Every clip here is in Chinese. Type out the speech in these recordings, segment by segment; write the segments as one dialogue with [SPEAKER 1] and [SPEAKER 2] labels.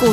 [SPEAKER 1] 股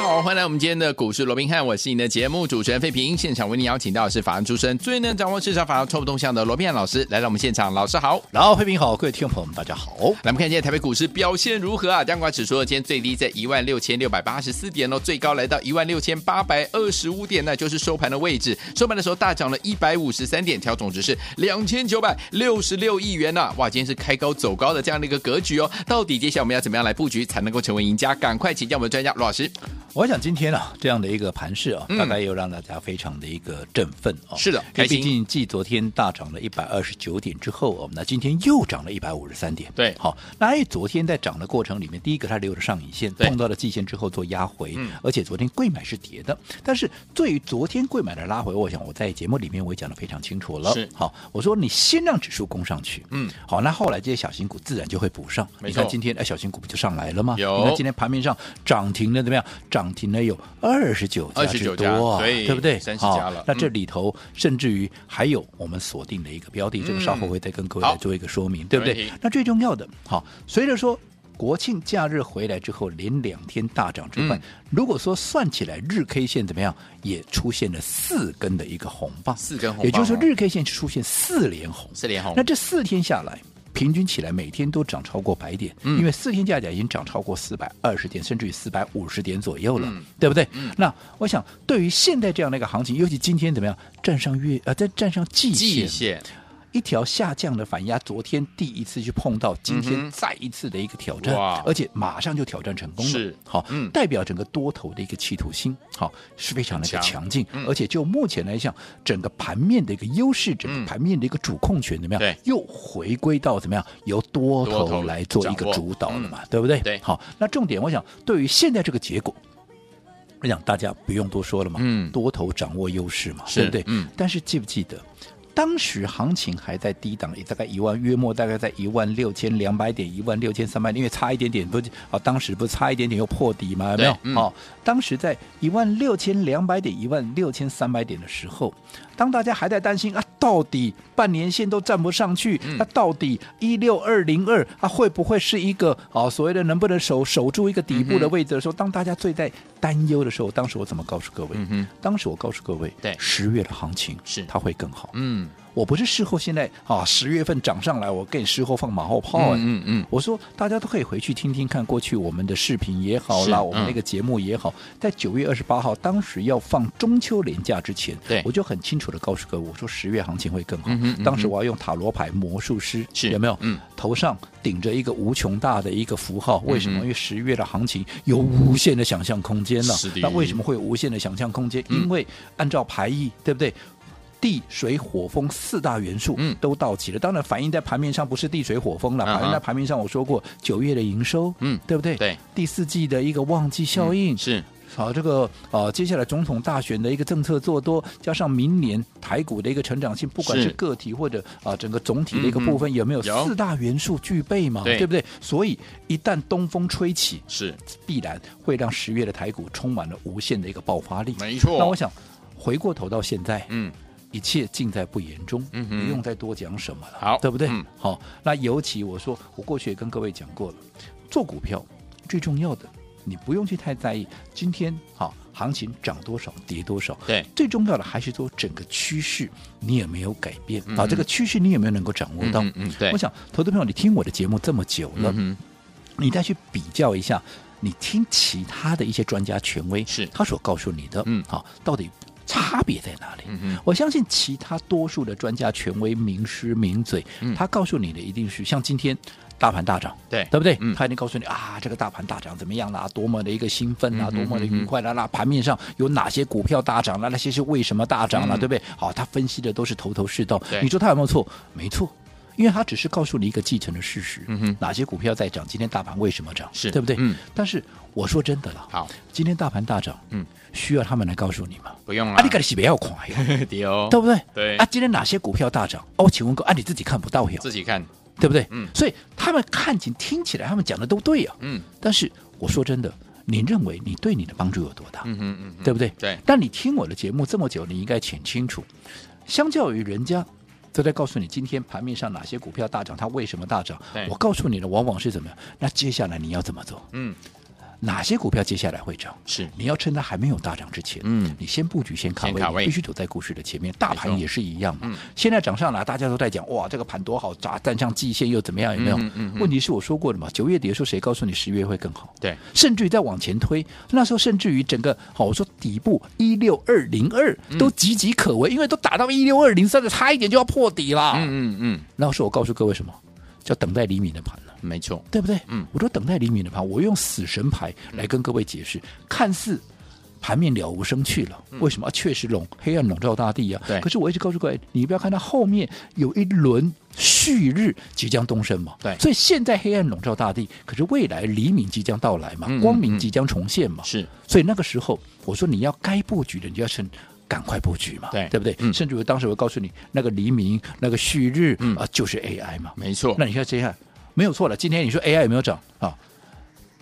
[SPEAKER 2] 好，欢迎来我们今天的股市罗宾汉，我是你的节目主持人费平。现场为您邀请到的是法案出身、最能掌握市场法案错不动向的罗宾汉老师来到我们现场，老师好。
[SPEAKER 3] 然后，慧平好，各位听众朋友们，大家好。
[SPEAKER 2] 来，我们看今天台北股市表现如何啊？加管指数呢今天最低在一万六千六百八十四点哦，最高来到一万六千八百二十五点，那就是收盘的位置。收盘的时候大涨了一百五十三点，调总值是两千九百六十六亿元呐、啊哇，今天是开高走高的这样的一个格局哦。到底接下来我们要怎么样来布局才能够成为赢家？赶快请教我们的专家罗老师。
[SPEAKER 3] 我想今天啊，这样的一个盘势啊，
[SPEAKER 2] 嗯
[SPEAKER 3] 大概又让大家非常的一个振奋哦。
[SPEAKER 2] 是的
[SPEAKER 3] 因
[SPEAKER 2] 开
[SPEAKER 3] 为
[SPEAKER 2] 心
[SPEAKER 3] 毕竟继昨天大涨了一百二十九点之后哦，那今天又涨了一百五十三点。
[SPEAKER 2] 对
[SPEAKER 3] 好，那因为昨天在涨的过程里面，第一个它留了上影线，
[SPEAKER 2] 对
[SPEAKER 3] 碰到了季线之后做压回
[SPEAKER 2] 嗯，
[SPEAKER 3] 而且昨天贵买是跌的，但是对于昨天贵买的拉回，我想我在节目里面我也讲的非常清楚了。
[SPEAKER 2] 是
[SPEAKER 3] 好，我说你先让指数攻上去，
[SPEAKER 2] 嗯，
[SPEAKER 3] 好，那后来这些小型股自然就会补上。
[SPEAKER 2] 没
[SPEAKER 3] 你看
[SPEAKER 2] 错
[SPEAKER 3] 今天哎，小型股不就上来了吗？
[SPEAKER 2] 有
[SPEAKER 3] 啊你看今天盘面上涨停了怎么样？涨停了有二十九家之
[SPEAKER 2] 29家
[SPEAKER 3] 多啊，
[SPEAKER 2] 对
[SPEAKER 3] 不对？
[SPEAKER 2] 30
[SPEAKER 3] 好
[SPEAKER 2] 家了
[SPEAKER 3] 那
[SPEAKER 2] 嗯
[SPEAKER 3] 这里头甚至于还有我们锁定的一个标的，这个稍后会再跟各位
[SPEAKER 2] 嗯好
[SPEAKER 3] 来做一个说明，对不
[SPEAKER 2] 没
[SPEAKER 3] 对
[SPEAKER 2] 问题？
[SPEAKER 3] 那最重要的，好，随着说。国庆假日回来之后，连两天大涨之外，
[SPEAKER 2] 嗯
[SPEAKER 3] 如果说算起来日 K 线怎么样，也出现了四根的一个红棒，
[SPEAKER 2] 四根红棒哦
[SPEAKER 3] 也就是说日 K 线出现四连红，
[SPEAKER 2] 四连红
[SPEAKER 3] 那这四天下来。平均起来，每天都涨超过百点，
[SPEAKER 2] 嗯
[SPEAKER 3] 因为四天加起来已经涨超过四百二十点，甚至于四百五十点左右了，
[SPEAKER 2] 嗯
[SPEAKER 3] 对不对？那我想，对于现在这样的一个行情，尤其今天怎么样，站上月呃，在站上季
[SPEAKER 2] 季
[SPEAKER 3] 线，
[SPEAKER 2] 线
[SPEAKER 3] 一条下降的反压，昨天第一次去碰到，
[SPEAKER 2] 嗯
[SPEAKER 3] 今
[SPEAKER 2] 哼
[SPEAKER 3] 天再一次的一个挑战，
[SPEAKER 2] 哇
[SPEAKER 3] 而且马上就挑战成功了。
[SPEAKER 2] 是
[SPEAKER 3] 好，
[SPEAKER 2] 嗯
[SPEAKER 3] 代表整个多头的一个企图心，好是非常的一个
[SPEAKER 2] 强
[SPEAKER 3] 强劲，
[SPEAKER 2] 嗯
[SPEAKER 3] 而且就目前来讲，整个盘面的一个优势，整
[SPEAKER 2] 嗯
[SPEAKER 3] 个盘面的一个主控权怎么样？
[SPEAKER 2] 对
[SPEAKER 3] 又回归到怎么样由多
[SPEAKER 2] 多头
[SPEAKER 3] 头来做一
[SPEAKER 2] 掌
[SPEAKER 3] 个
[SPEAKER 2] 握
[SPEAKER 3] 主导了
[SPEAKER 2] 嗯
[SPEAKER 3] 嘛，对不对？
[SPEAKER 2] 对
[SPEAKER 3] 好，那重点我想对于现在这个结果。我想大家不用多说了嘛，
[SPEAKER 2] 嗯
[SPEAKER 3] 多头掌握优势嘛，
[SPEAKER 2] 是
[SPEAKER 3] 对不对？
[SPEAKER 2] 嗯
[SPEAKER 3] 但是记不记得，当时行情还在低档，也大概一万，约莫大概在一万六千两百点、一万六千三百点，因为差一点点，不是啊，当时不是差一点点又破底嘛，有没有
[SPEAKER 2] 对？嗯
[SPEAKER 3] 哦，当时在一万六千两百点、一万六千三百点的时候，当大家还在担心啊，到底半年线都站不上去，
[SPEAKER 2] 嗯
[SPEAKER 3] 那、到底一六二零二啊会不会是一个啊所谓的能不能守守住一个底
[SPEAKER 2] 嗯
[SPEAKER 3] 部的位置的时候，当大家最在担忧的时候，当时我怎么告诉各位？
[SPEAKER 2] 嗯哼
[SPEAKER 3] 当时我告诉各位，
[SPEAKER 2] 对
[SPEAKER 3] 十月的行情
[SPEAKER 2] 是
[SPEAKER 3] 它会更好。
[SPEAKER 2] 嗯，
[SPEAKER 3] 我不是事后现在啊十月份涨上来，我给你事后放马后炮、哎
[SPEAKER 2] 嗯嗯嗯
[SPEAKER 3] 我说大家都可以回去听听看过去我们的视频也好啦，
[SPEAKER 2] 是
[SPEAKER 3] 我们
[SPEAKER 2] 嗯
[SPEAKER 3] 那个节目也好，在九月二十八号当时要放中秋连假之前，
[SPEAKER 2] 对
[SPEAKER 3] 我就很清楚的告诉各位，我说十月行情会更好。
[SPEAKER 2] 嗯哼嗯哼
[SPEAKER 3] 当时我要用塔罗牌魔术师，
[SPEAKER 2] 是
[SPEAKER 3] 有没有？
[SPEAKER 2] 嗯，
[SPEAKER 3] 头上顶着一个无穷大的一个符号，为什么？
[SPEAKER 2] 嗯哼
[SPEAKER 3] 因为十月的行情有无限的想象空间呢、
[SPEAKER 2] 是的
[SPEAKER 3] 那为什么会有无限的想象空间？
[SPEAKER 2] 嗯
[SPEAKER 3] 因为按照牌意，对不对？地水火风四大元素
[SPEAKER 2] 嗯
[SPEAKER 3] 都到齐了，当然反映在盘面上不是地水火风了，
[SPEAKER 2] 嗯哼
[SPEAKER 3] 反映在盘面上我说过九月的营收，
[SPEAKER 2] 嗯
[SPEAKER 3] 对不对？
[SPEAKER 2] 对，嗯
[SPEAKER 3] 第四季的一个旺季效应，
[SPEAKER 2] 是
[SPEAKER 3] 好、这个呃，接下来总统大选的一个政策做多，加上明年台股的一个成长性，不管
[SPEAKER 2] 是嗯
[SPEAKER 3] 是个体或者啊、整个总体的一个部分，有没有
[SPEAKER 2] 有
[SPEAKER 3] 四大元素具备嘛？
[SPEAKER 2] 对
[SPEAKER 3] 对不对？所以一旦东风吹起，
[SPEAKER 2] 是，
[SPEAKER 3] 必然会让十月的台股充满了无限的一个爆发力。
[SPEAKER 2] 没错。
[SPEAKER 3] 那我想回过头到现在，
[SPEAKER 2] 嗯，
[SPEAKER 3] 一切尽在不言中，
[SPEAKER 2] 嗯哼
[SPEAKER 3] 不用再多讲什么了，
[SPEAKER 2] 好
[SPEAKER 3] 对不对？
[SPEAKER 2] 嗯
[SPEAKER 3] 好，那尤其我说，我过去也跟各位讲过了，做股票最重要的，你不用去太在意今天好行情涨多少跌多少，
[SPEAKER 2] 对，
[SPEAKER 3] 最重要的还是说整个趋势你有没有改变、
[SPEAKER 2] 嗯
[SPEAKER 3] 啊？
[SPEAKER 2] 哼
[SPEAKER 3] 这个趋势你有没有能够掌握到？
[SPEAKER 2] 嗯嗯嗯对
[SPEAKER 3] 我想，投资朋友，你听我的节目这么久了，
[SPEAKER 2] 嗯哼
[SPEAKER 3] 你再去比较一下，你听其他的一些专家权威
[SPEAKER 2] 是
[SPEAKER 3] 他所告诉你的，
[SPEAKER 2] 嗯
[SPEAKER 3] 好、到底差别在哪里？
[SPEAKER 2] 嗯哼
[SPEAKER 3] 我相信其他多数的专家权威、名师名嘴，
[SPEAKER 2] 嗯
[SPEAKER 3] 他告诉你的一定是像今天大盘大涨。
[SPEAKER 2] 对
[SPEAKER 3] 对不对？
[SPEAKER 2] 嗯
[SPEAKER 3] 他已经告诉你啊，这个大盘大涨怎么样啦，多么的一个兴奋
[SPEAKER 2] 嗯
[SPEAKER 3] 啊，
[SPEAKER 2] 哼
[SPEAKER 3] 多么的
[SPEAKER 2] 嗯
[SPEAKER 3] 愉
[SPEAKER 2] 哼
[SPEAKER 3] 快啦、那盘面上有哪些股票大涨啦，那些是为什么大涨啦，
[SPEAKER 2] 嗯
[SPEAKER 3] 对不对？好，他分析的都是头头是道
[SPEAKER 2] 对。
[SPEAKER 3] 你说他有没有错？没错。因为他只是告诉你一个继承的事实，
[SPEAKER 2] 嗯哼
[SPEAKER 3] 哪些股票在涨，今天大盘为什么涨，
[SPEAKER 2] 是
[SPEAKER 3] 对不对？
[SPEAKER 2] 嗯
[SPEAKER 3] 但是我说真的了，
[SPEAKER 2] 好，
[SPEAKER 3] 今天大盘大涨，
[SPEAKER 2] 嗯，
[SPEAKER 3] 需要他们来告诉你吗？
[SPEAKER 2] 不用了。
[SPEAKER 3] 啊，你自己是不要看呀，
[SPEAKER 2] 丢
[SPEAKER 3] 对不对？
[SPEAKER 2] 对
[SPEAKER 3] 啊啊，今天哪些股票大涨？哦，请问哥，啊，你自己看不到呀？
[SPEAKER 2] 自己看，
[SPEAKER 3] 对不对？
[SPEAKER 2] 嗯
[SPEAKER 3] 所以他们看起听起来他们讲的都对呀、
[SPEAKER 2] 嗯
[SPEAKER 3] 但是我说真的，你认为你对你的帮助有多大？
[SPEAKER 2] 嗯嗯嗯嗯，
[SPEAKER 3] 对不对？
[SPEAKER 2] 对
[SPEAKER 3] 但你听我的节目这么久，你应该很清楚，相较于人家都在告诉你今天盘面上哪些股票大涨，它为什么大涨
[SPEAKER 2] 对，
[SPEAKER 3] 我告诉你的往往是怎么样。那接下来你要怎么做？
[SPEAKER 2] 嗯
[SPEAKER 3] 哪些股票接下来会涨？
[SPEAKER 2] 是
[SPEAKER 3] 你要趁它还没有大涨之前，
[SPEAKER 2] 嗯
[SPEAKER 3] 你先布局，先卡
[SPEAKER 2] 先
[SPEAKER 3] 位，
[SPEAKER 2] 卡位
[SPEAKER 3] 你必须走在股市的前面。大
[SPEAKER 2] 没
[SPEAKER 3] 盘
[SPEAKER 2] 错
[SPEAKER 3] 也是一样嘛。
[SPEAKER 2] 嗯
[SPEAKER 3] 现在涨上来，大家都在讲哇，这个盘多好，砸站上季线又怎么样？有没有？
[SPEAKER 2] 嗯嗯嗯
[SPEAKER 3] 问题是我说过的嘛，九月底的时候，谁告诉你十月会更好？
[SPEAKER 2] 对，
[SPEAKER 3] 甚至于再往前推，那时候甚至于整个好，我说底部一六二零二
[SPEAKER 2] 嗯
[SPEAKER 3] 都岌岌可危，因为都打到一六二零三了，差一点就要破底啦。
[SPEAKER 2] 嗯嗯嗯，
[SPEAKER 3] 那时候我告诉各位什么？叫等待厘米的盘了。
[SPEAKER 2] 没错，
[SPEAKER 3] 对不对？
[SPEAKER 2] 嗯
[SPEAKER 3] 我说等待黎明的盘，我用死神牌来跟各位解释，看似。盘面了无生趣了，为什么？啊确实笼黑暗笼罩大地啊
[SPEAKER 2] 嗯对！
[SPEAKER 3] 可是我一直告诉各位，你不要看它后面有一轮旭日即将东升嘛。
[SPEAKER 2] 对
[SPEAKER 3] 所以现在黑暗笼罩大地，可是未来黎明即将到来嘛，
[SPEAKER 2] 嗯嗯
[SPEAKER 3] 光明即将重现嘛。
[SPEAKER 2] 是
[SPEAKER 3] 所以那个时候，我说你要该布局的，你就要趁。赶快布局嘛，
[SPEAKER 2] 对
[SPEAKER 3] 不对？
[SPEAKER 2] 嗯
[SPEAKER 3] 甚至我当时我告诉你，那个黎明、那个旭日啊、
[SPEAKER 2] 嗯
[SPEAKER 3] 就是 AI 嘛，
[SPEAKER 2] 没错
[SPEAKER 3] 那，你看接下来没有错了，今天你说 AI 有没有涨啊？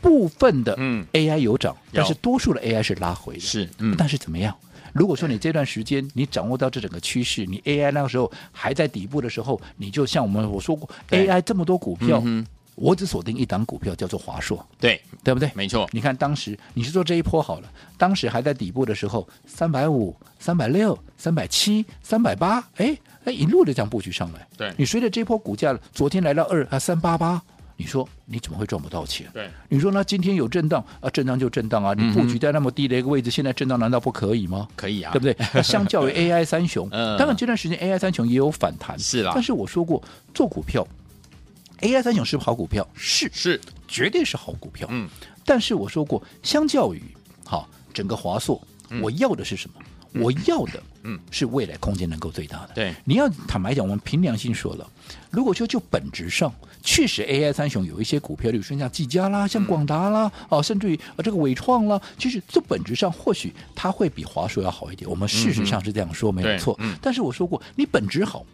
[SPEAKER 3] 部分的
[SPEAKER 2] 嗯
[SPEAKER 3] AI 有涨，
[SPEAKER 2] 有
[SPEAKER 3] 但是多数的 AI 是拉回的。
[SPEAKER 2] 是嗯
[SPEAKER 3] 但是怎么样？如果说你这段时间你掌握到这整个趋势，你 AI 那个时候还在底部的时候，你就像我们我说过
[SPEAKER 2] 对
[SPEAKER 3] ，AI 这么多股票，
[SPEAKER 2] 嗯哼
[SPEAKER 3] 我只锁定一档股票叫做华硕，
[SPEAKER 2] 对，
[SPEAKER 3] 对不对？
[SPEAKER 2] 没错，
[SPEAKER 3] 你看当时你是做这一波好了，当时还在底部的时候，三百五、三百六、三百七、三百八，哎，那一路的这样布局上来。
[SPEAKER 2] 对
[SPEAKER 3] 你随着这波股价，昨天来到二啊三八八，你说你怎么会赚不到钱？
[SPEAKER 2] 对，
[SPEAKER 3] 你说那今天有震荡啊，震荡就震荡啊，你布
[SPEAKER 2] 嗯哼
[SPEAKER 3] 局在那么低的一个位置，现在震荡难道不可以吗？
[SPEAKER 2] 可以啊，
[SPEAKER 3] 对不
[SPEAKER 2] 对？
[SPEAKER 3] 对？那相较于 AI 三雄，
[SPEAKER 2] 嗯
[SPEAKER 3] 当然这段时间 AI 三雄也有反弹，
[SPEAKER 2] 是啦
[SPEAKER 3] 但是我说过，做股票，AI 三雄是不是好股票，是
[SPEAKER 2] 是，
[SPEAKER 3] 绝对是好股票。
[SPEAKER 2] 嗯，
[SPEAKER 3] 但是我说过，相较于好整个华硕，我要的是什么？我要的
[SPEAKER 2] 嗯
[SPEAKER 3] 是未来空间能够最大的。
[SPEAKER 2] 对
[SPEAKER 3] 你要坦白讲，我们凭良心说了，如果说就本质上，确实 AI 三雄有一些股票，比如说像技嘉啦、
[SPEAKER 2] 嗯
[SPEAKER 3] 像广达啦，哦、甚至于呃这个伟创啦，其实这本质上或许它会比华硕要好一点。我们事实上是这样说，没
[SPEAKER 2] 对
[SPEAKER 3] 有错。
[SPEAKER 2] 嗯
[SPEAKER 3] 但是我说过，你本质好，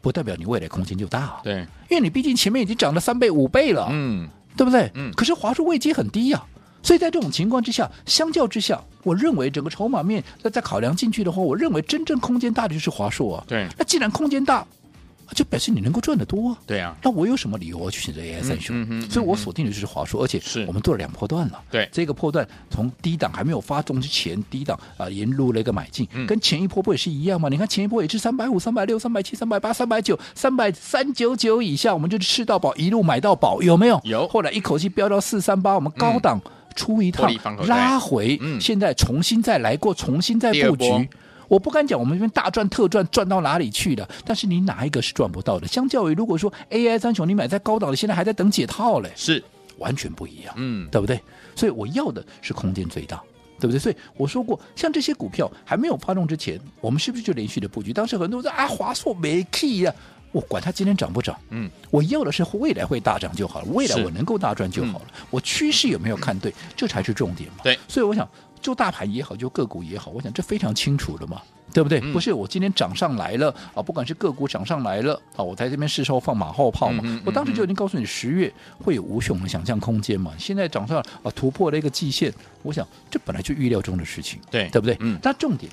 [SPEAKER 3] 不代表你未来空间就大、啊。，
[SPEAKER 2] 对，
[SPEAKER 3] 因为你毕竟前面已经涨了三倍、五倍了。
[SPEAKER 2] 嗯，
[SPEAKER 3] 对不对？
[SPEAKER 2] 嗯
[SPEAKER 3] 可是华硕位阶很低呀、所以在这种情况之下，相较之下，我认为整个筹码面那再考量进去的话，我认为真正空间大的就是华硕啊。
[SPEAKER 2] 对
[SPEAKER 3] 那既然空间大，就表示你能够赚得多啊。
[SPEAKER 2] 对啊，
[SPEAKER 3] 那我有什么理由我要去选择 AI 三雄？
[SPEAKER 2] 嗯嗯嗯
[SPEAKER 3] 所以我锁定的就是华硕，而且
[SPEAKER 2] 是
[SPEAKER 3] 我们做了两波段了。
[SPEAKER 2] 对
[SPEAKER 3] 这个波段从低档还没有发动之前，低档啊、呃、沿路了一个买进，
[SPEAKER 2] 嗯
[SPEAKER 3] 跟前一波不也是一样吗？你看前一波也是三百五、三百六、三百七、三百八、三百九、三百三九九以下，我们就是吃到饱，一路买到饱，有没有？
[SPEAKER 2] 有嗯
[SPEAKER 3] 后来一口气飙到四三八，我们高档出一
[SPEAKER 2] 获
[SPEAKER 3] 趟
[SPEAKER 2] 利放口，袋
[SPEAKER 3] 拉回，
[SPEAKER 2] 嗯
[SPEAKER 3] 现在重新再来过，重新再
[SPEAKER 2] 第二
[SPEAKER 3] 布
[SPEAKER 2] 波
[SPEAKER 3] 局。我不敢讲我们这边大赚特赚赚到哪里去了，但是你哪一个是赚不到的？相较于如果说 AI 三雄你买在高档的，现在还在等解套嘞，
[SPEAKER 2] 是，
[SPEAKER 3] 完全不一样，
[SPEAKER 2] 嗯，
[SPEAKER 3] 对不对？所以我要的是空间最大。对不对？所以我说过，像这些股票还没有发动之前，我们是不是就连续的布局？当时很多人说啊，华硕没 key 呀、我管它今天涨不涨，
[SPEAKER 2] 嗯，
[SPEAKER 3] 我要的是未来会大涨就好了，未来
[SPEAKER 2] 是嗯
[SPEAKER 3] 我能够大赚就好了，我趋势有没有看对，这才是重点嘛。
[SPEAKER 2] 对
[SPEAKER 3] 所以我想，就大盘也好，就个股也好，我想这非常清楚了嘛，对不对？
[SPEAKER 2] 嗯
[SPEAKER 3] 不是我今天涨上来了啊，不管是个股涨上来了啊，我在这边事后放马后炮嘛。
[SPEAKER 2] 嗯哼
[SPEAKER 3] 我当时就已经告诉你，十月会有无穷的想象空间
[SPEAKER 2] 嗯
[SPEAKER 3] 嘛。现在涨上啊，突破了一个季线，我想这本来就预料中的事情，
[SPEAKER 2] 对
[SPEAKER 3] 对不对？
[SPEAKER 2] 嗯
[SPEAKER 3] 但重点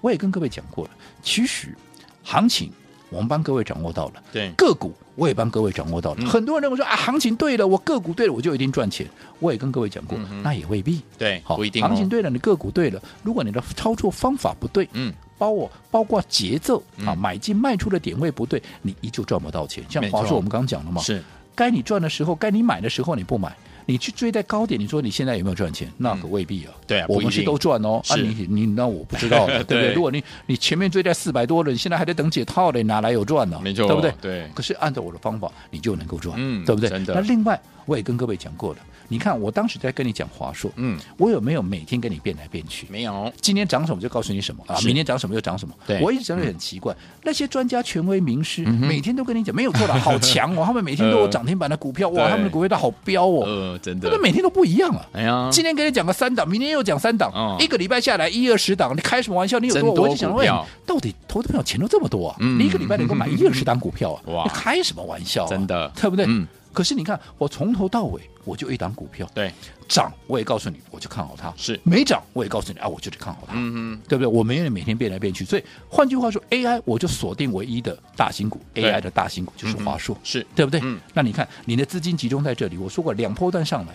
[SPEAKER 3] 我也跟各位讲过了，其实行情我们帮各位掌握到了。
[SPEAKER 2] 对，
[SPEAKER 3] 个股我也帮各位掌握到了。
[SPEAKER 2] 嗯
[SPEAKER 3] 很多人认为说啊，行情对了，我个股对了，我就一定赚钱。我也跟各位讲过，
[SPEAKER 2] 嗯哼
[SPEAKER 3] 那也未必。
[SPEAKER 2] 对，不一定
[SPEAKER 3] 行情
[SPEAKER 2] 哦，
[SPEAKER 3] 对了，你个股对了，如果你的操作方法不对，
[SPEAKER 2] 嗯，
[SPEAKER 3] 包我包括节奏、啊，
[SPEAKER 2] 嗯
[SPEAKER 3] 买进卖出的点位不对，你依旧赚不到钱。像
[SPEAKER 2] 没
[SPEAKER 3] 华
[SPEAKER 2] 错
[SPEAKER 3] 硕，我们刚刚讲了嘛，
[SPEAKER 2] 是，
[SPEAKER 3] 该你赚的时候，该你买的时候你不买，你去追在高点，你说你现在有没有赚钱？那可未必啊。
[SPEAKER 2] 对啊
[SPEAKER 3] 我
[SPEAKER 2] 不一
[SPEAKER 3] 们是
[SPEAKER 2] 定
[SPEAKER 3] 都赚哦。啊，
[SPEAKER 2] 是
[SPEAKER 3] 你你那我不知 道了，对不
[SPEAKER 2] 对
[SPEAKER 3] 对？如果你你前面追在四百多了，你现在还在等解套嘞，哪来有赚呢？哦
[SPEAKER 2] 没错
[SPEAKER 3] 对不对？
[SPEAKER 2] 对
[SPEAKER 3] 可是按照我的方法，你就能够赚，
[SPEAKER 2] 嗯
[SPEAKER 3] 对不对？
[SPEAKER 2] 真的
[SPEAKER 3] 那另外，我也跟各位讲过了。你看，我当时在跟你讲华硕，
[SPEAKER 2] 嗯，
[SPEAKER 3] 我有没有每天跟你变来变去？
[SPEAKER 2] 没有，
[SPEAKER 3] 今天涨什么就告诉你什么啊，
[SPEAKER 2] 是
[SPEAKER 3] 明天涨什么又涨什么。
[SPEAKER 2] 对嗯
[SPEAKER 3] 我一直觉得很奇怪，那些专家、权威、名师、
[SPEAKER 2] 哼呃
[SPEAKER 3] 每天都跟你讲没有错的，好 强哦，他们每天都有涨停板的股票，哇，
[SPEAKER 2] 对
[SPEAKER 3] 他们的股票都好飙哦，
[SPEAKER 2] 呃，真
[SPEAKER 3] 他
[SPEAKER 2] 的
[SPEAKER 3] 们，每天都不一样啊。
[SPEAKER 2] 哎呀，
[SPEAKER 3] 今天跟你讲个三档，明天又讲三档，
[SPEAKER 2] 哦
[SPEAKER 3] 一个礼拜下来一二十档，你开什么玩笑？你有
[SPEAKER 2] 真
[SPEAKER 3] 多？
[SPEAKER 2] 多
[SPEAKER 3] 我就想
[SPEAKER 2] 股
[SPEAKER 3] 问
[SPEAKER 2] 票，
[SPEAKER 3] 到底投资朋友钱都这么多啊？
[SPEAKER 2] 嗯
[SPEAKER 3] 你一个礼拜能够买一二十档股票啊？
[SPEAKER 2] 哇
[SPEAKER 3] 你开什么玩笑、啊？
[SPEAKER 2] 真的
[SPEAKER 3] 对不对？
[SPEAKER 2] 嗯
[SPEAKER 3] 可是你看，我从头到尾我就一档股票
[SPEAKER 2] 对，
[SPEAKER 3] 涨，我也告诉你，我就看好它；
[SPEAKER 2] 是
[SPEAKER 3] 没涨，我也告诉你啊，我就是看好它，
[SPEAKER 2] 嗯
[SPEAKER 3] 对不对？我没有每天变来变去，所以换句话说，AI 我就锁定唯一的大型股
[SPEAKER 2] 对
[SPEAKER 3] ，AI 的大型股就是华硕。
[SPEAKER 2] 哼，是，
[SPEAKER 3] 对不对？
[SPEAKER 2] 嗯
[SPEAKER 3] 那你看你的资金集中在这里，我说过两波段上来，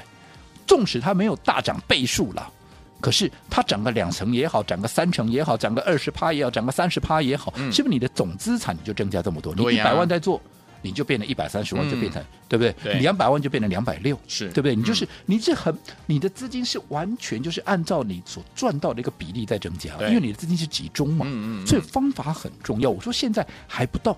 [SPEAKER 3] 纵使它没有大涨倍数了。可是它涨个两成也好，涨个三成也好，涨个二十趴也好，涨个三十趴也好，
[SPEAKER 2] 嗯
[SPEAKER 3] 是不是你的总资产你就增加这么多？
[SPEAKER 2] 对
[SPEAKER 3] 你一
[SPEAKER 2] 呀
[SPEAKER 3] 百万在做，你就变成一百三十万，
[SPEAKER 2] 嗯
[SPEAKER 3] 就变成、对不
[SPEAKER 2] 对
[SPEAKER 3] 对？两百万就变成两百六，
[SPEAKER 2] 是
[SPEAKER 3] 对不对？你就是、
[SPEAKER 2] 嗯
[SPEAKER 3] 你这很你的资金是完全就是按照你所赚到的一个比例在增加，
[SPEAKER 2] 对
[SPEAKER 3] 因为你的资金是集中嘛，
[SPEAKER 2] 嗯嗯嗯
[SPEAKER 3] 所以方法很重要。我说现在还不到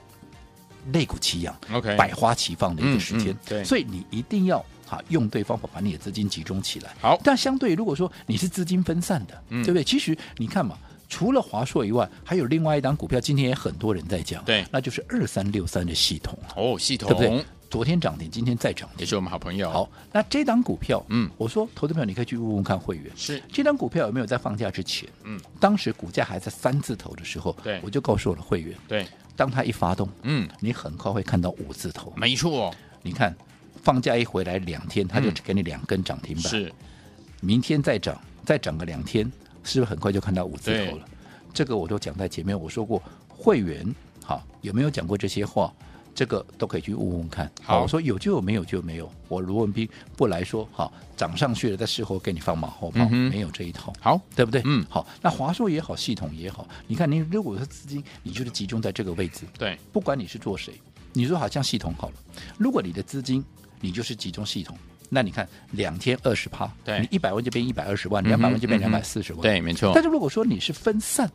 [SPEAKER 3] 肋骨齐扬，
[SPEAKER 2] OK，
[SPEAKER 3] 百花齐放的一个时
[SPEAKER 2] 嗯
[SPEAKER 3] 间
[SPEAKER 2] 嗯。对
[SPEAKER 3] 所以你一定要哈用对方法把你的资金集中起来。
[SPEAKER 2] 好
[SPEAKER 3] 但相对于如果说你是资金分散的，
[SPEAKER 2] 嗯
[SPEAKER 3] 对不对？其实你看嘛。除了华硕以外，还有另外一档股票，今天也很多人在讲，
[SPEAKER 2] 对
[SPEAKER 3] 那就是二三六三的系统啊，
[SPEAKER 2] 哦，系
[SPEAKER 3] 对不对
[SPEAKER 2] 统？
[SPEAKER 3] 昨天涨停，今天再涨
[SPEAKER 2] 也
[SPEAKER 3] 停。
[SPEAKER 2] 是我们好朋友，，
[SPEAKER 3] 好，那这档股票，
[SPEAKER 2] 嗯
[SPEAKER 3] 我说投资朋友，你可以去问问看会员，
[SPEAKER 2] 是
[SPEAKER 3] 这张股票有没有在放假之前？
[SPEAKER 2] 嗯，
[SPEAKER 3] 当时股价还在三字头的时候，
[SPEAKER 2] 对
[SPEAKER 3] 我就告诉我的会员，
[SPEAKER 2] 对，
[SPEAKER 3] 当它一发动，
[SPEAKER 2] 嗯，
[SPEAKER 3] 你很快会看到五字头，
[SPEAKER 2] 没错，
[SPEAKER 3] 你看，放假一回来两天，它就
[SPEAKER 2] 嗯
[SPEAKER 3] 给你两根涨停板，
[SPEAKER 2] 是
[SPEAKER 3] 明天再涨，再涨个两天，是不是很快就看到五字头
[SPEAKER 2] 对
[SPEAKER 3] 了？这个我都讲在前面，我说过会员好有没有讲过这些话？这个都可以去问问看。
[SPEAKER 2] 好
[SPEAKER 3] 我说有就有，没有就没有。我罗文斌不来说，好涨上去了，在事后给你放马后炮，
[SPEAKER 2] 嗯哼
[SPEAKER 3] 没有这一套。
[SPEAKER 2] 好，
[SPEAKER 3] 对不对？
[SPEAKER 2] 嗯
[SPEAKER 3] 好，那华硕也好，系统也好，你看你如果是资金，你就是集中在这个位置，
[SPEAKER 2] 对，
[SPEAKER 3] 不管你是做谁，你说好像系统好了，如果你的资金你就是集中系统，那你看两天二十趴，
[SPEAKER 2] 对
[SPEAKER 3] 你一百万就变一百二十万，
[SPEAKER 2] 嗯
[SPEAKER 3] 两
[SPEAKER 2] 哼
[SPEAKER 3] 百万就变
[SPEAKER 2] 嗯
[SPEAKER 3] 两
[SPEAKER 2] 哼
[SPEAKER 3] 百四十万，
[SPEAKER 2] 对，没错
[SPEAKER 3] 但，是如果说你是分散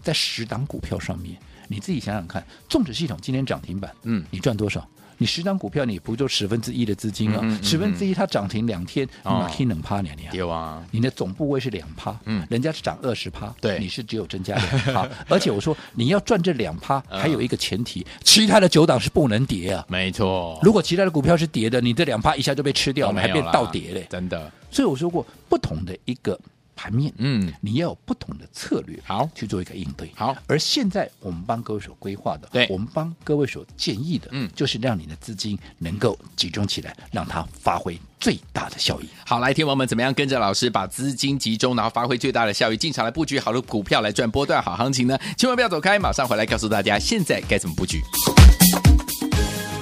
[SPEAKER 3] 在十档股票上面，你自己想想看，纵使系统今天涨停板，
[SPEAKER 2] 嗯
[SPEAKER 3] 你赚多少？你十档股票，你不就十分之一的资金啊
[SPEAKER 2] 嗯嗯嗯？
[SPEAKER 3] 十分之一它涨停两天，你
[SPEAKER 2] 哦
[SPEAKER 3] 马 K 能趴两年。
[SPEAKER 2] 有啊，
[SPEAKER 3] 你的总部位是两趴，
[SPEAKER 2] 嗯
[SPEAKER 3] 人家是涨二十趴，
[SPEAKER 2] 对
[SPEAKER 3] 你是只有增加两 趴，而且我说你要赚这两趴，
[SPEAKER 2] 嗯
[SPEAKER 3] 还有一个前提，其他的九档是不能跌啊。
[SPEAKER 2] 没错，
[SPEAKER 3] 如果其他的股票是跌的，你这两趴一下就被吃掉
[SPEAKER 2] 都
[SPEAKER 3] 了，
[SPEAKER 2] 没
[SPEAKER 3] 还
[SPEAKER 2] 有
[SPEAKER 3] 变
[SPEAKER 2] 啦
[SPEAKER 3] 倒跌嘞。
[SPEAKER 2] 真的，
[SPEAKER 3] 所以我说过，不同的一个盘面，
[SPEAKER 2] 嗯，
[SPEAKER 3] 你要有不同的策略，
[SPEAKER 2] 好
[SPEAKER 3] 去做一个应对。
[SPEAKER 2] 好，
[SPEAKER 3] 而现在我们帮各位所规划的，
[SPEAKER 2] 对
[SPEAKER 3] 我们帮各位所建议的，
[SPEAKER 2] 嗯
[SPEAKER 3] 就是让你的资金能够集中起来，让它发挥最大的效益。
[SPEAKER 2] 好，来，听我们怎么样跟着老师把资金集中，然后发挥最大的效益，进场来布局好的股票，来赚波段好行情呢？千万不要走开，马上回来告诉大家现在该怎么布局。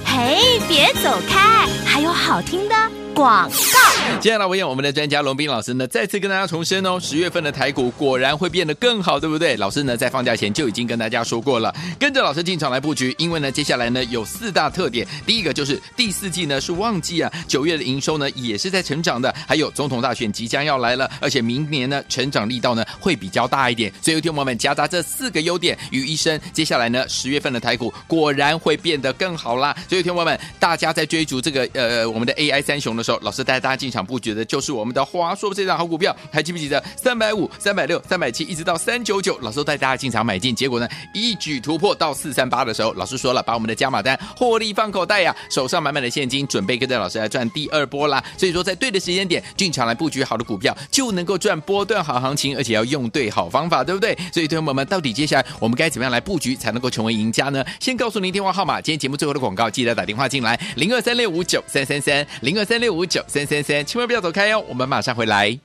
[SPEAKER 1] 嘿，别走开，还有好听的广告。
[SPEAKER 2] 接下来，我演我们的专家龙斌老师呢，再次跟大家重申哦，十月份的台股果然会变得更好，对不对？老师呢在放假前就已经跟大家说过了，跟着老师进场来布局，因为呢接下来呢有四大特点，第一个就是第四季呢是旺季啊，九月的营收呢也是在成长的，还有总统大选即将要来了，而且明年呢成长力道呢会比较大一点，所以有听众朋友们夹杂这四个优点于一身，接下来呢十月份的台股果然会变得更好啦，所以有听众朋友们大家在追逐这个呃我们的 AI 三雄的时候，老师带大家进场布局的就是我们的华硕这档好股票，还记不记得三百五、三百六、三百七，一直到三九九，老师都带大家进场买进，结果呢一举突破到四三八的时候，老师说了，把我们的加码单获利放口袋呀、手上满满的现金，准备跟着老师来赚第二波啦。所以说，在对的时间点进场来布局好的股票，就能够赚波段好行情，而且要用对好方法，对不对？所以，同学们，到底接下来我们该怎么样来布局才能够成为赢家呢？先告诉您电话号码，今天节目最后的广告，记得打电话进来，零二三六五九三三三，零二三六五九三三三，千万不要走开哦，我们马上回来。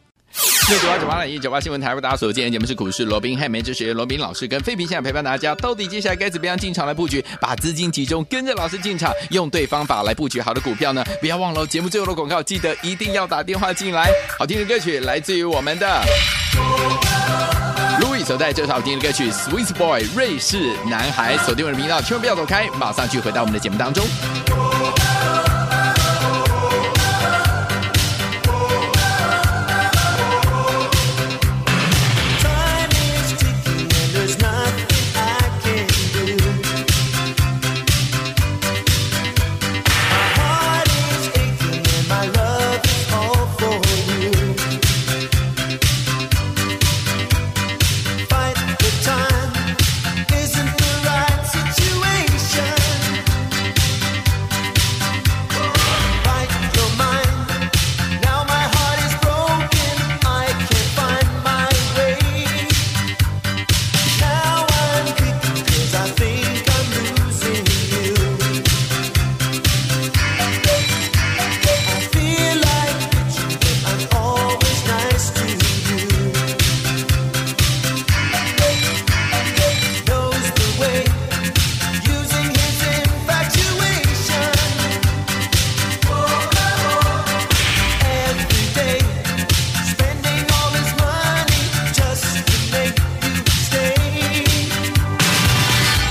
[SPEAKER 2] 六九八九八零一九八新闻台为大家所见，节目是股市罗宾汉梅之学罗宾老师跟费平现在陪伴大家，到底接下来该怎么样进场来布局，把资金集中，跟着老师进场，用对方法来布局好的股票呢？不要忘了哦节目最后的广告，记得一定要打电话进来。好听的歌曲来自于我们的 Louis 所带这首好听的歌曲《Swiss Boy》瑞士男孩，锁定我们的频道，千万不要走开，马上去回到我们的节目当中。
[SPEAKER 4] Time is ticking and there's nothing I can do. My heart is aching and my love.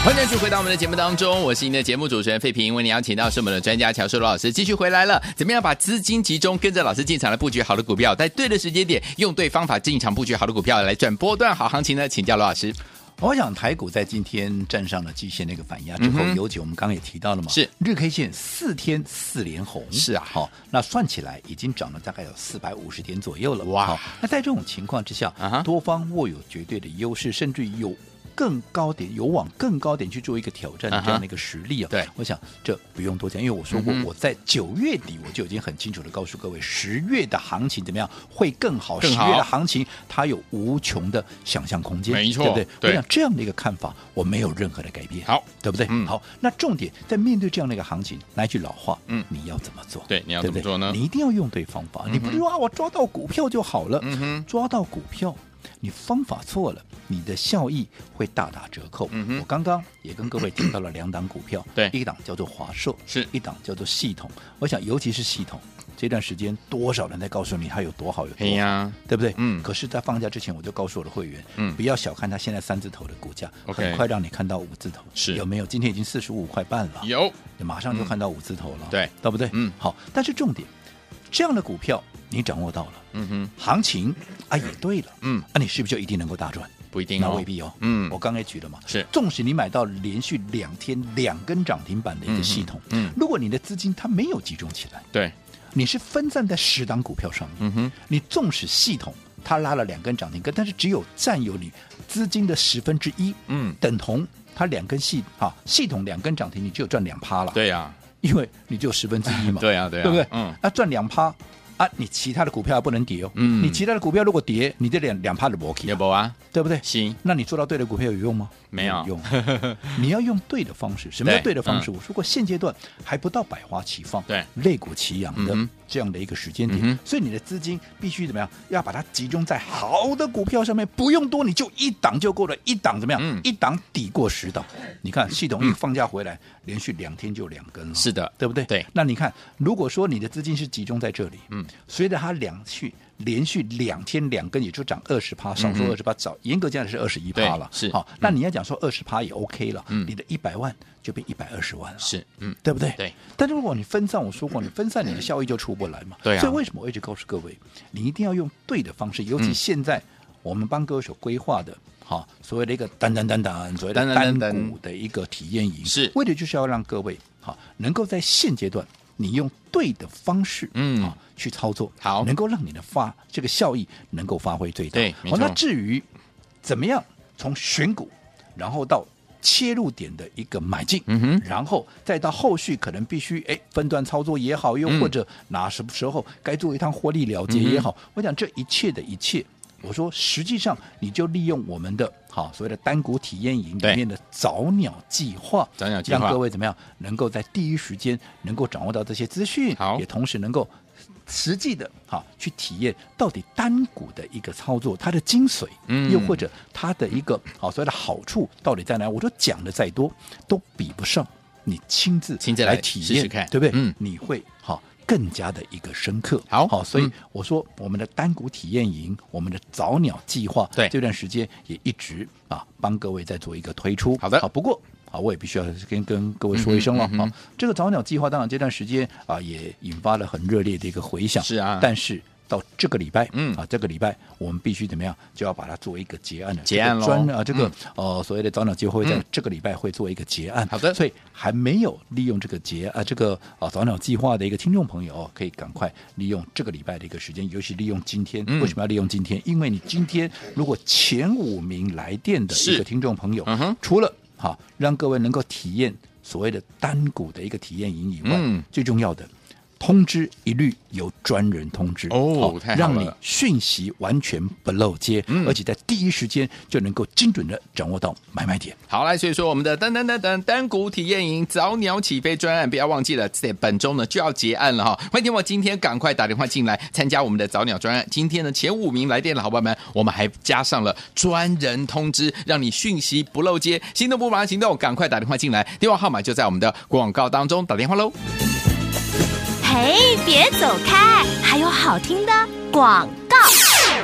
[SPEAKER 2] 欢迎继续回到我们的节目当中，我是您的节目主持人费平，为您邀请到是我们的专家乔硕罗老师，继续回来了。怎么样把资金集中，跟着老师进场来布局好的股票，在对的时间点，用对方法进场布局好的股票，来转波段好行情呢？请教罗老师。
[SPEAKER 3] 我想台股在今天站上了季线那个反压之后，
[SPEAKER 2] 嗯哼
[SPEAKER 3] 尤其我们刚刚也提到了嘛，
[SPEAKER 2] 是
[SPEAKER 3] 日 K 线四天四连红，
[SPEAKER 2] 是啊
[SPEAKER 3] 好、那算起来已经涨了大概有四百五十点左右了，
[SPEAKER 2] 哇
[SPEAKER 3] 好那在这种情况之下
[SPEAKER 2] 啊哈
[SPEAKER 3] 多方握有绝对的优势，甚至有。更高点有往更高点去做一个挑战的
[SPEAKER 2] 啊哈
[SPEAKER 3] 这样的一个实力啊，
[SPEAKER 2] 对
[SPEAKER 3] 我想这不用多讲，因为我说过
[SPEAKER 2] 嗯哼
[SPEAKER 3] 我在九月底我就已经很清楚的告诉各位，十月的行情怎么样会更好，
[SPEAKER 2] 更
[SPEAKER 3] 十
[SPEAKER 2] 好
[SPEAKER 3] 月的行情它有无穷的想象空间，
[SPEAKER 2] 没错
[SPEAKER 3] 对不对？
[SPEAKER 2] 对
[SPEAKER 3] 我想这样的一个看法，我没有任何的改变，
[SPEAKER 2] 好，
[SPEAKER 3] 对不对？
[SPEAKER 2] 嗯
[SPEAKER 3] 好，那重点在面对这样的一个行情，来一句老话，
[SPEAKER 2] 嗯
[SPEAKER 3] 你要怎么做？
[SPEAKER 2] 对你要
[SPEAKER 3] 对
[SPEAKER 2] 怎
[SPEAKER 3] 不
[SPEAKER 2] 么
[SPEAKER 3] 对
[SPEAKER 2] 做呢
[SPEAKER 3] 你一定要用对方法，你不是说啊，我抓到股票就好了，
[SPEAKER 2] 嗯哼
[SPEAKER 3] 抓到股票。你方法错了，你的效益会大打折扣。
[SPEAKER 2] 嗯哼
[SPEAKER 3] 我刚刚也跟各位提到了两档股票，
[SPEAKER 2] 对
[SPEAKER 3] 一档叫做华硕，
[SPEAKER 2] 是
[SPEAKER 3] 一档叫做系统。我想，尤其是系统，这段时间多少人在告诉你它有多好，有多
[SPEAKER 2] 嘿
[SPEAKER 3] 好。
[SPEAKER 2] 呀，
[SPEAKER 3] 对不对？
[SPEAKER 2] 嗯
[SPEAKER 3] 可是，在放假之前，我就告诉我的会员，
[SPEAKER 2] 嗯
[SPEAKER 3] 不要小看它现在三字头的股价
[SPEAKER 2] OK
[SPEAKER 3] 很快让你看到五字头，
[SPEAKER 2] 是
[SPEAKER 3] 有没有？今天已经四十五块半了，
[SPEAKER 2] 有
[SPEAKER 3] 马上就看到五字头了，
[SPEAKER 2] 对
[SPEAKER 3] 对不对？
[SPEAKER 2] 嗯
[SPEAKER 3] 好。但是重点，这样的股票你掌握到了，
[SPEAKER 2] 嗯哼，
[SPEAKER 3] 行情啊也对了，
[SPEAKER 2] 嗯
[SPEAKER 3] 啊你是不是就一定能够大赚？
[SPEAKER 2] 不一定
[SPEAKER 3] 那
[SPEAKER 2] 哦，
[SPEAKER 3] 未必哦，
[SPEAKER 2] 嗯
[SPEAKER 3] 我刚才举了嘛，
[SPEAKER 2] 是
[SPEAKER 3] 纵使你买到连续两天两根涨停板的一个系统，
[SPEAKER 2] 嗯嗯
[SPEAKER 3] 如果你的资金它没有集中起来，
[SPEAKER 2] 对，
[SPEAKER 3] 你是分散在十档股票上面，
[SPEAKER 2] 嗯哼，
[SPEAKER 3] 你纵使系统它拉了两根涨停根，但是只有占有你资金的十分之一，
[SPEAKER 2] 嗯，
[SPEAKER 3] 等同它两根系啊系统两根涨停，你只有赚两趴了，，
[SPEAKER 2] 对呀，
[SPEAKER 3] 因为你只有十分之一嘛，
[SPEAKER 2] 对啊对啊
[SPEAKER 3] 对不对？
[SPEAKER 2] 嗯
[SPEAKER 3] 那赚两趴啊，你其他的股票还不能跌哦，
[SPEAKER 2] 嗯
[SPEAKER 3] 你其他的股票如果跌，你这两两趴的摩
[SPEAKER 2] 有
[SPEAKER 3] 羯，
[SPEAKER 2] 不啊？
[SPEAKER 3] 对不对？
[SPEAKER 2] 行，
[SPEAKER 3] 那你做到对的股票有用吗？
[SPEAKER 2] 没有
[SPEAKER 3] 用， 你要用对的方式。什么叫
[SPEAKER 2] 对
[SPEAKER 3] 对的方式？我说过，现阶段还不到百花齐放，
[SPEAKER 2] 对
[SPEAKER 3] 肋骨齐扬的
[SPEAKER 2] 嗯哼
[SPEAKER 3] 这样的一个时间
[SPEAKER 2] 嗯
[SPEAKER 3] 点
[SPEAKER 2] 哼，
[SPEAKER 3] 所以你的资金必须怎么样？要把它集中在好的股票上面，不用多，你就一档就够了，一档怎么
[SPEAKER 2] 嗯
[SPEAKER 3] 样？一档抵过十档。你看系统一放假回来，连续两天就两根了，
[SPEAKER 2] 是的
[SPEAKER 3] 对不对？
[SPEAKER 2] 对
[SPEAKER 3] 那你看，如果说你的资金是集中在这里，
[SPEAKER 2] 嗯，
[SPEAKER 3] 随着它两续连续两天两根，也就涨二十趴，少说
[SPEAKER 2] 嗯哼
[SPEAKER 3] 二十趴，早严格讲是二十一
[SPEAKER 2] 对
[SPEAKER 3] 趴了，
[SPEAKER 2] 是
[SPEAKER 3] 好
[SPEAKER 2] 嗯，
[SPEAKER 3] 那你要讲说二十趴也 OK 了，
[SPEAKER 2] 嗯
[SPEAKER 3] 你的一百万就变一百二十万了，
[SPEAKER 2] 是，嗯，
[SPEAKER 3] 对不对？
[SPEAKER 2] 对。
[SPEAKER 3] 但是如果你分散，我说过，你分散你的效益就出不来嘛。
[SPEAKER 2] 对啊
[SPEAKER 3] 所以为什么我一直告诉各位，你一定要用对的方式，尤
[SPEAKER 2] 嗯
[SPEAKER 3] 其现在我们帮各位所规划的。好，所谓的一个单单单单，所谓的
[SPEAKER 2] 单单单
[SPEAKER 3] 单
[SPEAKER 2] 单
[SPEAKER 3] 股的一个体验营，
[SPEAKER 2] 是
[SPEAKER 3] 为的就是要让各位好能够在现阶段，你用对的方式，
[SPEAKER 2] 嗯
[SPEAKER 3] 啊，去操作，
[SPEAKER 2] 好
[SPEAKER 3] 能够让你的发这个效益能够发挥最大。
[SPEAKER 2] 对没
[SPEAKER 3] 好，那
[SPEAKER 2] 错
[SPEAKER 3] 至于怎么样从选股，然后到切入点的一个买进，
[SPEAKER 2] 嗯哼
[SPEAKER 3] 然后再到后续可能必须哎分段操作也好，又
[SPEAKER 2] 嗯
[SPEAKER 3] 或者哪什么时候该做一趟获利了结也好，我讲这一切的一切，我说实际上你就利用我们的好所谓的单股体验营
[SPEAKER 2] 对
[SPEAKER 3] 里面的早鸟计划，
[SPEAKER 2] 早鸟计划
[SPEAKER 3] 让各位怎么样能够在第一时间能够掌握到这些资讯，
[SPEAKER 2] 好
[SPEAKER 3] 也同时能够。实际的，好去体验到底单股的一个操作，它的精髓，
[SPEAKER 2] 嗯
[SPEAKER 3] 又或者它的一个好所谓的好处到底在哪？我说讲的再多，都比不上你亲自
[SPEAKER 2] 亲自来
[SPEAKER 3] 来体
[SPEAKER 2] 试
[SPEAKER 3] 验，
[SPEAKER 2] 试看
[SPEAKER 3] 对不对？
[SPEAKER 2] 嗯
[SPEAKER 3] 你会好更加的一个深刻。
[SPEAKER 2] 好
[SPEAKER 3] 好，所以
[SPEAKER 2] 嗯
[SPEAKER 3] 我说我们的单股体验营，我们的早鸟计划，
[SPEAKER 2] 对
[SPEAKER 3] 这段时间也一直啊帮各位在做一个推出。
[SPEAKER 2] 好的
[SPEAKER 3] 好，不过。啊，我也必须要跟跟各位说一声了。
[SPEAKER 2] 嗯哼嗯
[SPEAKER 3] 好、
[SPEAKER 2] 哼
[SPEAKER 3] 这个早鸟计划当然这段时间啊也引发了很热烈的一个回响。
[SPEAKER 2] 是啊
[SPEAKER 3] 但是到这个礼拜，
[SPEAKER 2] 嗯
[SPEAKER 3] 啊，这个礼拜我们必须怎么样，就要把它作为一个结案了。
[SPEAKER 2] 结案咯
[SPEAKER 3] 这个专啊，这个、
[SPEAKER 2] 嗯
[SPEAKER 3] 呃所谓的早鸟计划会在
[SPEAKER 2] 嗯
[SPEAKER 3] 这个礼拜会做一个结案。
[SPEAKER 2] 好的
[SPEAKER 3] 所以还没有利用这个节啊，这个啊早鸟计划的一个听众朋友，哦可以赶快利用这个礼拜的一个时间，尤其利用今天。
[SPEAKER 2] 嗯
[SPEAKER 3] 为什么要利用今天？因为你今天如果前五名来电的
[SPEAKER 2] 是
[SPEAKER 3] 一个听众朋友，
[SPEAKER 2] 嗯哼
[SPEAKER 3] 除了好、让各位能够体验所谓的单股的一个体验营以外，
[SPEAKER 2] 嗯
[SPEAKER 3] 最重要的。通知一律由专人通知
[SPEAKER 2] 哦
[SPEAKER 3] 好
[SPEAKER 2] 太好
[SPEAKER 3] 让
[SPEAKER 2] 了
[SPEAKER 3] 你讯息完全不漏接，
[SPEAKER 2] 嗯
[SPEAKER 3] 而且在第一时间就能够精准的掌握到买卖点。
[SPEAKER 2] 好来，所以说我们的单单单单单股体验营早鸟起飞专案，不要忘记了，在本周呢就要结案了哈。欢迎听我今天赶快打电话进来参加我们的早鸟专案。今天呢前五名来电的好朋友们，我们还加上了专人通知，让你讯息不漏接。心动不马上行动，赶快打电话进来，电话号码就在我们的广告当中，打电话喽。
[SPEAKER 1] 嘿，别走开，还有好听的广告。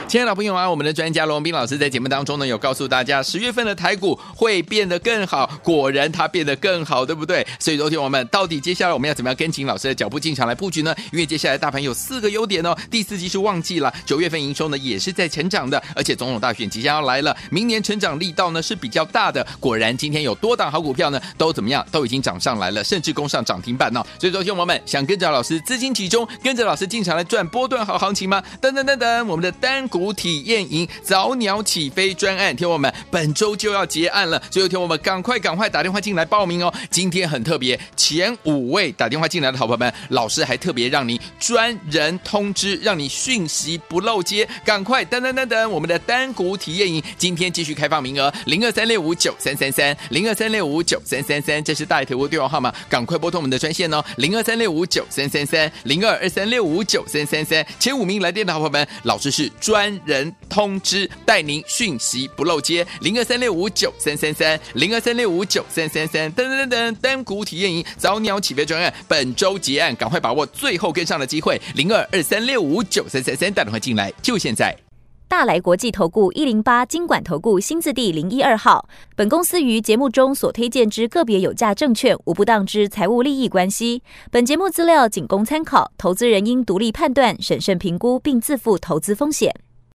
[SPEAKER 2] 亲爱的朋友啊，我们的专家罗文斌老师在节目当中呢，有告诉大家，十月份的台股会变得更好。果然，它变得更好，对不对？所以，昨天我们到底接下来我们要怎么样跟紧老师的脚步进场来布局呢？因为接下来大盘有四个优点哦。第四季是旺季了，九月份营收呢也是在成长的，而且总统大选即将要来了，明年成长力道呢是比较大的。果然，今天有多档好股票呢都怎么样，都已经涨上来了，甚至攻上涨停板哦。所以，昨天我们想跟着老师资金集中，跟着老师进场来赚波段好行情吗？等等等等，我们的单股体验营早鸟起飞专案，听我们本周就要结案了，所以听我们赶快赶快打电话进来报名哦。今天很特别，前五位打电话进来的好朋友们，老师还特别让你专人通知，让你讯息不漏接，赶快等等等等，我们的单股体验营今天继续开放名额，零二三六五九三三三，零二三六五九三三三，这是大铁屋电话号码，赶快拨通我们的专线哦，零二三六五九三三三，零二二三六五九三三三，前五名来电的好朋友们，老师是专人通知，带您讯息不漏接，零二三六五九三三三，零二三六五九三三三，噔噔噔噔，单股体验营早鸟起飞专案，本周结案，赶快把握最后跟上的机会，零二二三六五九三三三，打电话进来，就现在。
[SPEAKER 5] 大来国际投顾一零八金管投顾新字第零一二号。本公司于节目中所推荐之个别有价证券，无不当之财务利益关系。本节目资料仅供参考，投资人应独立判断、审慎评估，并自负投资风险。